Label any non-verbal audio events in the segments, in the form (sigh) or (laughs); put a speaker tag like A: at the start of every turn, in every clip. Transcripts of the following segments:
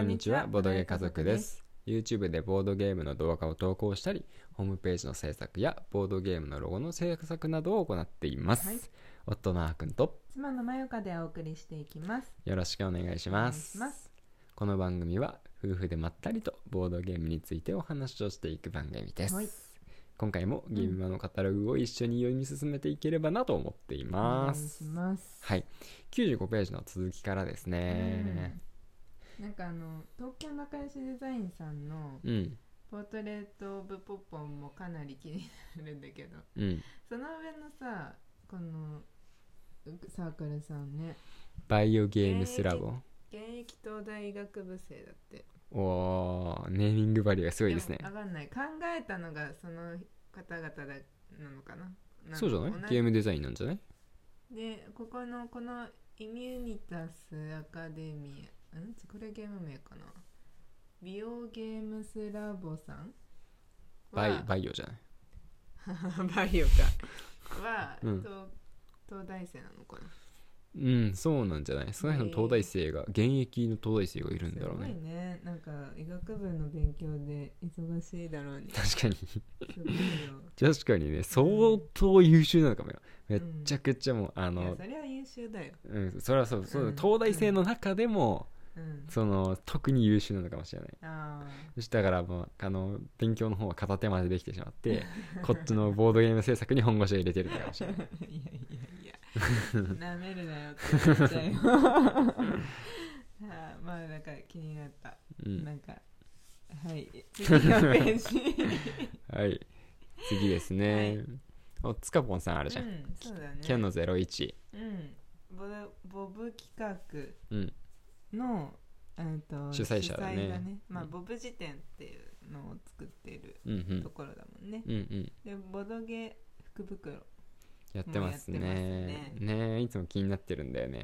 A: んにちはボードゲー家族です。
B: YouTube でボードゲームの動画を投稿したりホームページの制作やボードゲームのロゴの制作などを行っています、
A: はい
B: 夫のあーくんと
A: 妻のまゆかでお送りしていきます。
B: よろしくお願いします
A: お願いします
B: この番組は夫婦でまったりとボードゲームについてお話をしていく番組です、
A: はい
B: 今回もゲームマのカタログを一緒に読み進めていければなと思ってい
A: お
B: ま
A: 願い
B: す
A: します。
B: はい95ページの続きからですね
A: うんなんかあの東京仲良しデザインさんの
B: うん
A: ポートレート・オブ・ポッポンもかなり気になるんだけど
B: うん
A: その上のさこのうサークルさんね
B: バイオゲームスラボ
A: 現役東大医学部生だって
B: おーネーミングバリューがすごいですね
A: もわかんない考えたのがその方々だなのかななんか
B: そうじゃない
A: 同じ
B: ゲームデザインなんじゃない
A: でここのこのイミュニタスアカデミーんこれゲーム名かな美容ゲームスラボさん
B: バイ
A: は
B: バイオじゃない
A: (laughs) バイオかは、
B: うん
A: 東東大生なのかな
B: うんそうなんじゃないその辺の東大生が現役の東大生がいるんだろう
A: す
B: ね
A: ごいねなんか医学部の勉強で忙しいだろうに
B: (laughs) 確かに
A: すごいよ
B: 確かにね相当優秀なのかもよめっちゃくちゃもうあ
A: いや
B: の
A: それは優秀だよ、
B: うんそれはそうそううん東大生の中でも
A: うん、
B: その特に優秀なのかもしれない
A: あ
B: そしたらもうあの勉強の方は片手までできてしまって (laughs) こっちのボードゲーム制作に本腰を入れてるのかもしれない
A: ーいやいやいやなめるなよって言っちゃうよあーまあなんか気になった
B: うん
A: なんか、はい、次のペー
B: (laughs)
A: ジ。
B: はい次ですね、おつかぽんさんあ
A: う
B: るじゃん、
A: ん、そうだね。
B: キャノ01
A: うん、ボボブ企
B: うん
A: 画の、えっと
B: 主催者だね
A: がまあ、
B: うん
A: ボブ辞典っていうのを作っている
B: うんうん
A: ところだもんね。
B: うんうん
A: で、ボドゲ福袋。
B: やってますね
A: もうやってます
B: ねえいつも気になってるんだよ
A: う
B: ね、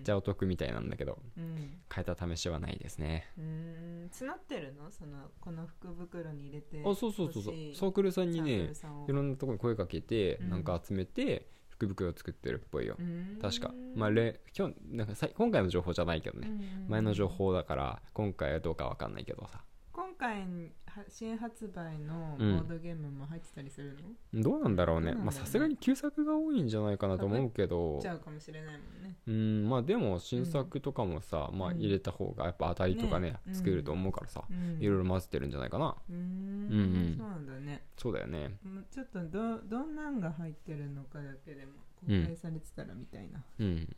A: ん。
B: じゃあお得みたいなんだけど
A: うん。
B: 変えた試しはないですね
A: うん、募ってるのその、この福袋に入れて。
B: あそうそうそうそう
A: 欲しい
B: サークルさんに
A: サーク
B: ね
A: ルさんを
B: いろんなところに声かけて、
A: うん
B: なんか集めて福袋を作ってるっぽいよ、
A: うん
B: 確かまあ、れ今日なんかさい今回の情報じゃないけど
A: う
B: ね、
A: ん
B: 前の情報だから今回はどうかわかんないけどさ
A: 今回は新発売のボ
B: うん
A: ードゲームも入ってたりするの、
B: どうなんだろうね
A: どうなんだろうね
B: まあさすがに旧作が多いんじゃないかなと思うけど
A: ちゃうかもしれないもんね
B: うんまあでも新作とかもさ、まあ
A: うん
B: 入れた方がやっぱ当たりとかね
A: ねうん
B: 作れると思うからさ、
A: うん
B: いろいろ混ぜてるんじゃないかな
A: うーん
B: うんうん
A: そうなんだね
B: そうだよね
A: もうちょっとどどんなんが入ってるのかだけでも公
B: うん
A: 開されてたらみたいな、
B: うん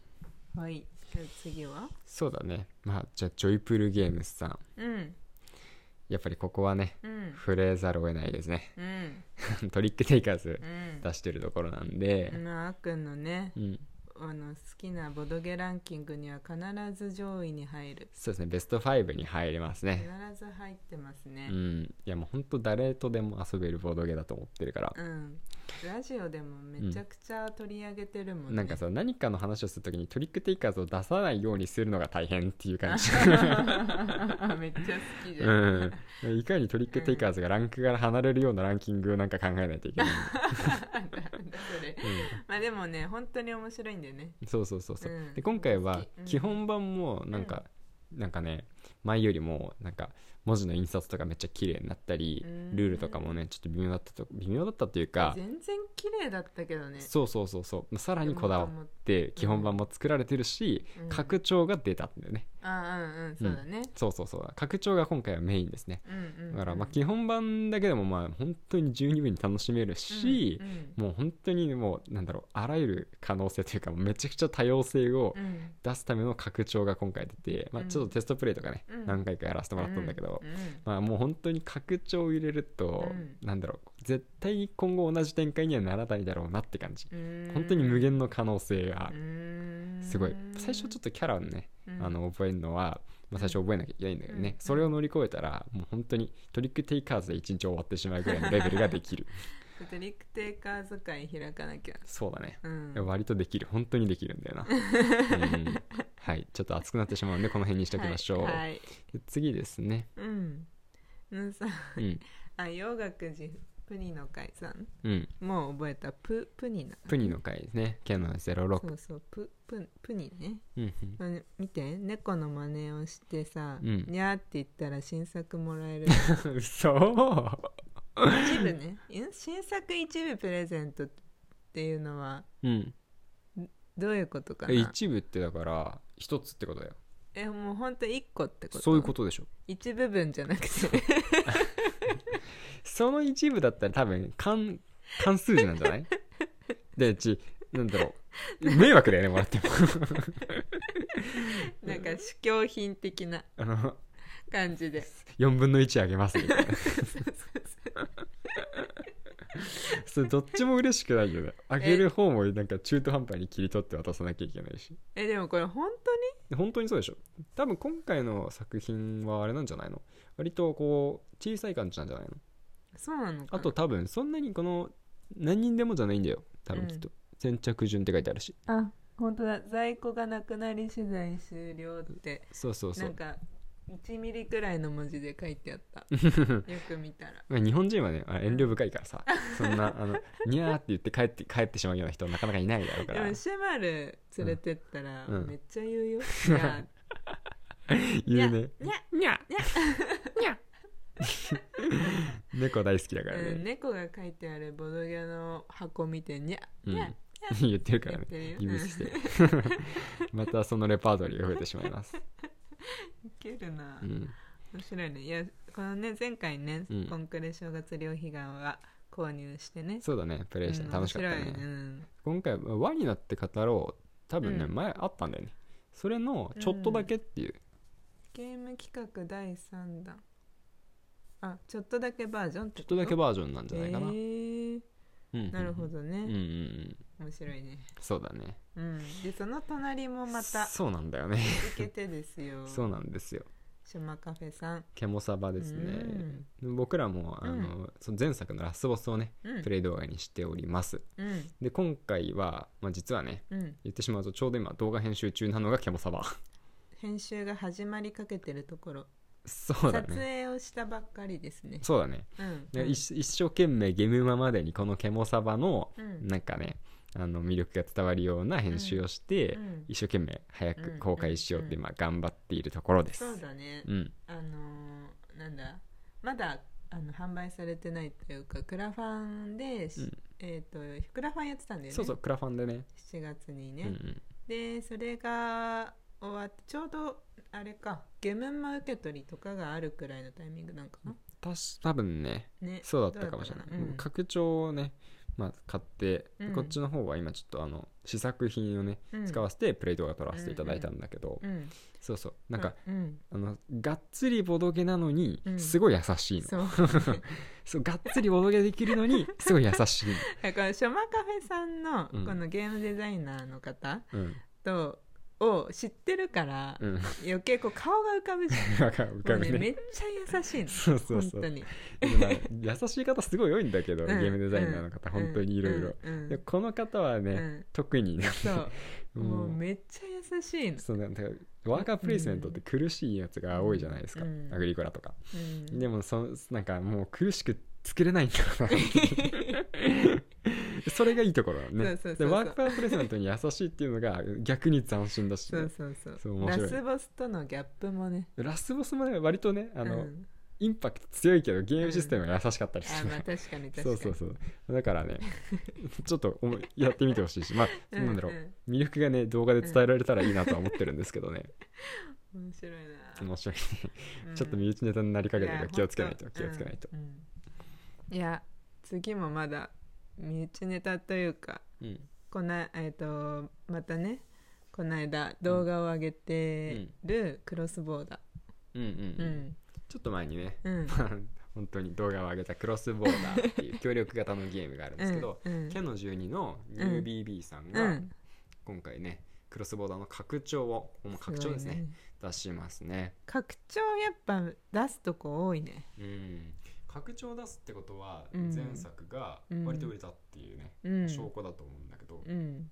A: はいじゃあ次は
B: そうだねまあじゃあジョイプルゲームスさん
A: うん
B: やっぱりここはね
A: うん
B: 触れざるを得ないですね (laughs)
A: うん
B: トリックテイカーズ
A: うん
B: 出してるところなんで
A: まああっくんのね
B: うん
A: あの好きなボドゲランキングには必ず上位に入る
B: そうですねベスト5に入れます
A: 必
B: ね
A: ず入ってます
B: う
A: ね
B: んいやもうほんと誰とでも遊べるボードゲーだと思ってるから
A: うん、ラジオでもめちゃくちゃ取り上げてるもんね、
B: なんかさ何かの話をするときにトリックテイカーズを出さないようにするのが大変っていう
A: (laughs)
B: 感じ
A: (laughs) めっちゃ好きじゃん、 (laughs)
B: うんいかにトリックテイカーズがランクから離れるようなランキングをなんか考えないといけない、
A: なんだそれ
B: うん
A: まあでもね本当に面白いんだよね
B: そうそうそうそう、
A: うん
B: で今回は
A: 好きうん
B: 基本版もなんか、なんかね前よりもなんか文字の印刷とかめっちゃ綺麗になったり
A: うん
B: ルールとかもねちょっと微妙だったと微妙だったというか
A: 全然綺麗だったけどね
B: そうそうそうそうさらにこだわって基本版も作られてるし、
A: うん
B: 拡張が出たんだよね
A: あうんうんそうだね、
B: そうそうそう拡張が今回はメインですね
A: うんうんうん
B: だからまあ基本版だけでもまあ本当に十二分に楽しめるし、
A: うんうん
B: もう本当にもうなんだろうあらゆる可能性というかめちゃくちゃ多様性を
A: うん
B: 出すための拡張が今回出て、まあ、
A: うん
B: ちょっとテストプレイとかね、
A: うん
B: 何回かやらせてもらったんだけど、
A: うん
B: まあ、もう本当に拡張を入れると、
A: うん
B: なんだろう絶対に今後同じ展開にはならないだろうなって感じ、
A: うん
B: 本当に無限の可能性が
A: うん
B: すごい最初ちょっとキャラをね、
A: うん
B: あの覚えるのは、まあ、最初覚えなきゃいけないんだけどね、
A: うん
B: それを乗り越えたらもう本当にトリックテイカーズで一日終わってしまうぐらいのレベルがで
A: (laughs)
B: きる
A: トリックテイカーズ会開かなきゃ
B: そうだね
A: うん
B: 割とできる本当にできるんだよな、うんはいちょっと熱くなってしまうんでこの辺にしておきましょう、
A: はいはい
B: で次ですね
A: うんのさ
B: うん
A: あ洋楽寺プニの会さん
B: うん
A: もう覚えたププニな
B: プニの回ですねキャノン06
A: そうそうプププニね
B: うん
A: あの見て猫の真似をしてさ、
B: うん
A: にゃーって言ったら新作もらえる
B: うん嘘
A: 一部ね (laughs) ん新作一部プレゼントっていうのは
B: うん
A: どういうことか
B: え
A: な
B: 一部ってだから一つってことだよ
A: えもうほんと1個ってこと
B: そういうことでしょ
A: 一部分じゃなくて (laughs)
B: その一部だったら多分関関数字なんじゃない
A: (laughs)
B: でちなんだろう迷惑だよねもらっても
A: なんか試供品的な
B: あの
A: 感じで
B: 4分の1あげ
A: (laughs)
B: ますみたいなそれどっちも嬉しくないよねあげる方もなんか中途半端に切り取って渡さなきゃいけないし
A: えでもこれ本当に
B: で本当にそうでしょ多分今回の作品はあれなんじゃないの割とこう小さい感じなんじゃないの
A: そうなの
B: あ
A: かな
B: と多分そんなにこの何人でもじゃないんだよ多分きっと、先着順って書いてあるし
A: あ本当だ在庫がなくなり取材終了って
B: そうそうそ
A: なん
B: う
A: か1ミリくらいの文字で書いてあった
B: (laughs)
A: よく見たら
B: まあ日本人はねあ遠慮深いからさ、そんなあのにゃーって言って帰って帰ってしまうような人はなかなかいないだろうか
A: で
B: ら
A: もシェマル連れてったら
B: うん
A: めっちゃ言
B: (laughs)
A: うよ、いや
B: 言うね
A: にゃ
B: にゃにゃ (laughs) 猫大好きだから
A: うん
B: ね、
A: 猫が書いてあるボドゲの箱見てにゃ
B: うん
A: にゃ、
B: (laughs) 言ってるか
A: 言
B: らね
A: ってるよ、
B: 指
A: うん
B: して (laughs) またそのレパートリーが増えてしまいます、
A: ウケるな、
B: うん、
A: 面白いねいやこのね前回ね、
B: うん
A: コンクレ正月両悲願は購入してね
B: そうだねプレイして
A: うん
B: 楽しかったね、
A: 面白いうん
B: 今回は輪になって語ろう多分ね、
A: うん
B: 前あったんだよねそれのちょっとだけっていう、
A: ゲーム企画第3弾あちょっとだけバージョンっ
B: ちょ
A: て
B: っ
A: こと
B: だけ
A: バ
B: バージョンなんじゃないかな、
A: えー
B: うんうんうん
A: なるほど
B: うんうんう
A: ね、
B: ん
A: 面白いね
B: そうだね
A: うんでその隣もまた
B: そうなんだよね
A: 受けてですよ
B: そうなんですよ
A: シマカフェさん
B: ケモサバですね、僕らもあの、その前作のラスボスをね
A: うん
B: プレイ動画にしております、
A: うん
B: で今回は、まあ、実はね
A: うん
B: 言ってしまうとちょうど今動画編集中なのがケモサ
A: (laughs)
B: バ
A: 編集が始まりかけてるところ、
B: そうだ
A: 撮
B: ね
A: 影をしたばっかりですね
B: そうだね
A: うん
B: で一一生懸命ゲームマまでにこのケモサバの
A: うん
B: なんかねあの魅力が伝わるような編集をして、
A: うん
B: 一生懸命早く公開しようって
A: うん
B: 今頑張っているところです、
A: そうだね、
B: うん
A: あのーなんだまだあの販売されてないというかクラファンでし、
B: うん
A: えー、とクラファンやってたんだよね
B: そうそうクラファンでね
A: 7月にね、
B: うんうん
A: でそれが終わってちょうどあれかゲムンマ受け取りとかがあるくらいのタイミングなんかな
B: たし多分ね
A: ね
B: そうだったかもしれない、
A: どうだったか
B: 拡張をね、まあ、買って、
A: うん
B: こっちの方は今ちょっとあの試作品をね
A: なうん
B: 使わせてプレイ動画撮らせていただいたんだけど、
A: うん
B: そうそうなんか、
A: うん
B: あのがっつりボドゲなのに
A: うん
B: すごい優しいの、
A: そう
B: (laughs) そうがっつりボドゲできるの
A: (laughs)
B: にすごい優しい
A: だからショマカフェさんの
B: うん
A: このゲームデザイナーの方
B: のうん
A: とを知ってるから、
B: うん (laughs)
A: 余計こう顔が浮かぶじゃん
B: わかる浮か
A: もう
B: ぶ
A: ね、め
B: ね
A: っちゃ優しいの
B: そうそうそう
A: 本当に、
B: まあ優しい方すごい多いんだけど、
A: うん
B: ゲームデザイナーの方、
A: うん
B: 本当にいろいろ、
A: うんうん
B: でこの方はね、
A: うん
B: 特にね
A: そうもう
B: (laughs) もう
A: めっちゃ優しいの、
B: そうなんだからワーカープレイスメントって苦しいやつが多いじゃないですか、
A: うん
B: アグリコラとか、
A: うん (laughs)
B: でもそなんかもう苦しく作れないんだろうな (laughs) それがいいところね
A: そうそうそ
B: で
A: うそう
B: ワーカープレイスメントに優しいっていうのが逆に斬新だし、
A: そうそうそう
B: そう面
A: ラ
B: 白い
A: スボスとのギャップもね
B: ラスボスもね割とねあの、
A: うん、
B: インパクト強いけどゲームシステムが優しかったりし
A: あ
B: て、
A: まあ確かに確かに
B: そうそうそうだからね (laughs) ちょっとおもやってみてほしいしまあ、
A: ん
B: なんだろう
A: う
B: 魅力がね動画で伝えられたらいいなとは思ってるんですけど
A: (laughs)
B: ね、
A: ん面白いな、
B: 面白い、
A: うん
B: ちょっと身内ネタになりかけてるから
A: いや
B: 気をつけない
A: ほ
B: と
A: ん
B: 気をつけないと、
A: うんうんいや次もまだ身内ネタというか
B: うん
A: こなえっ、とまたねこの間動画を上げてるクロスボーダ
B: うんうん
A: ー、
B: ちょっと前にね
A: うんうん、
B: (laughs) 本当に動画を上げたクロスボーダーっていう協力型のゲームがあるんですけど、
A: うんうん
B: キャノ12の UBB さん
A: う
B: が
A: ん、
B: 今回ねクロスボーダーの拡張をもう拡張ですね
A: ごい
B: 出しますね
A: 拡張やっぱ出すとこ多いね
B: うん拡張を出すってことは
A: うん
B: 前作が割と売れたっていうね、
A: うん
B: 証拠だと思うんだけど、
A: うん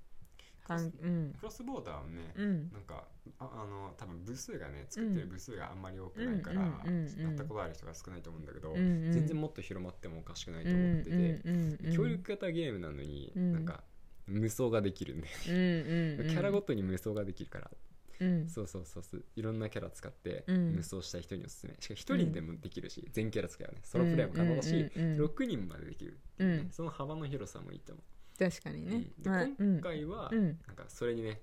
A: 関うん
B: クロスボーダーはね、
A: うん
B: なんかああの多分部数がね作ってる部数があんまり多くないから、
A: うんうんうんうん
B: やったことある人が少ないと思うんだけど、
A: うんうん
B: 全然もっと広まってもおかしくないと思ってて、
A: うんうんうん
B: 協力型ゲームなのに、
A: うん
B: なんか無双ができるんで、
A: うんうんうん
B: キャラごとに無双ができるから、
A: うん
B: そうそうそうそういろんなキャラ使って
A: うん
B: 無双したい人におすすめしかも一人でもできるし、全キャラ使うよねソロプレイも可能だし、
A: うんうんうん
B: 6人までできるっていうね、
A: うん
B: その幅の広さもいいと思
A: 確かに
B: う、
A: ね
B: うんで
A: まあ
B: 今回は、
A: うん
B: なんかそれにね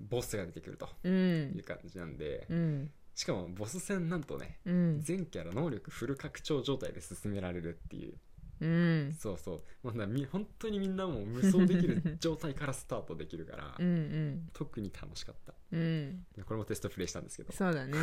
B: ボスが出てくると
A: う
B: いうん感じなんで、
A: うん
B: しかもボス戦なんとね
A: うん
B: 全キャラ能力フル拡張状態で進められるっていう
A: うん
B: そうそうもうなみ本当にみんなもう無双できる状態からスタートできるから、
A: うん
B: 特に楽しかった
A: うんうん
B: でこれもテストプレイしたんですけど、
A: そ
B: (laughs)
A: うだね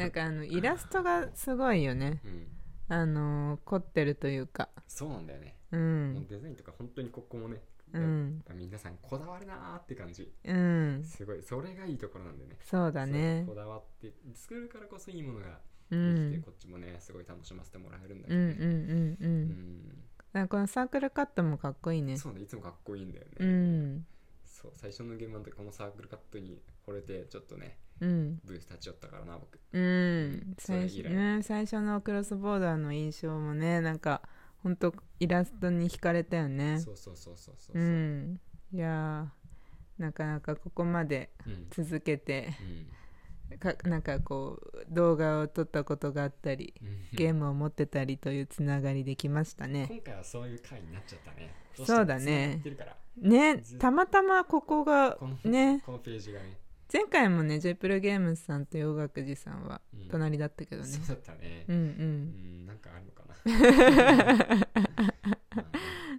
A: なんかあのイラストがすごいよね
B: うん、
A: あのー凝ってるというか
B: そうなんだよね、
A: う
B: (laughs) もうんデザインとか本当にここもね、
A: うん
B: やっぱ皆さんこだわるなーって感じ
A: うん
B: すごいそれがいいところなんでね
A: そうだね
B: そうこだわって作るからこそいいものが
A: う
B: できて、
A: ん
B: こっちもねすごい楽しませてもらえるんだ
A: う
B: けど、
A: んう
B: ね
A: んうんう
B: うんん
A: なんかこのサークルカットもかっこいいね
B: そうねいつもかっこいいんだよね、
A: うん
B: そう最初の現場の時このサークルカットに惚れてちょっとね
A: うん
B: ブース立ち寄ったからな僕
A: うん
B: それ
A: 最初
B: 以来
A: ね最初のクロスボーダーの印象もねなんかほんとイラストに惹かれたよね
B: そうそうそうそうそうそ
A: う
B: う、
A: んいやーなかなかここまで
B: うん
A: 続けて
B: うん
A: かなんかこう動画を撮ったことがあったりゲームを持ってたりというつながりできましたね
B: 今回はそういう回になっちゃったね
A: そ
B: ど
A: う
B: しても
A: だね
B: 繋がってるから
A: ね
B: ず
A: たまたまここが
B: この,、
A: ね
B: このページがね、
A: 前回もね J プロゲームズさんと洋楽寺さんは
B: うん
A: 隣だったけどね
B: そうだったね
A: うん
B: うんなんかあるのかな、 (laughs) ま
A: うんう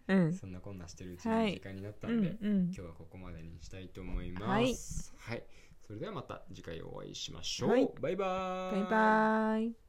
B: あね
A: ん
B: そんなこんなしてるうち
A: は
B: に
A: い
B: 時間になった
A: うん
B: で、
A: ん
B: 今日はここまでにしたいと思います、はいそれではまた次回お会いしましょう、
A: はい
B: バイバ
A: バ
B: ー
A: イバーイ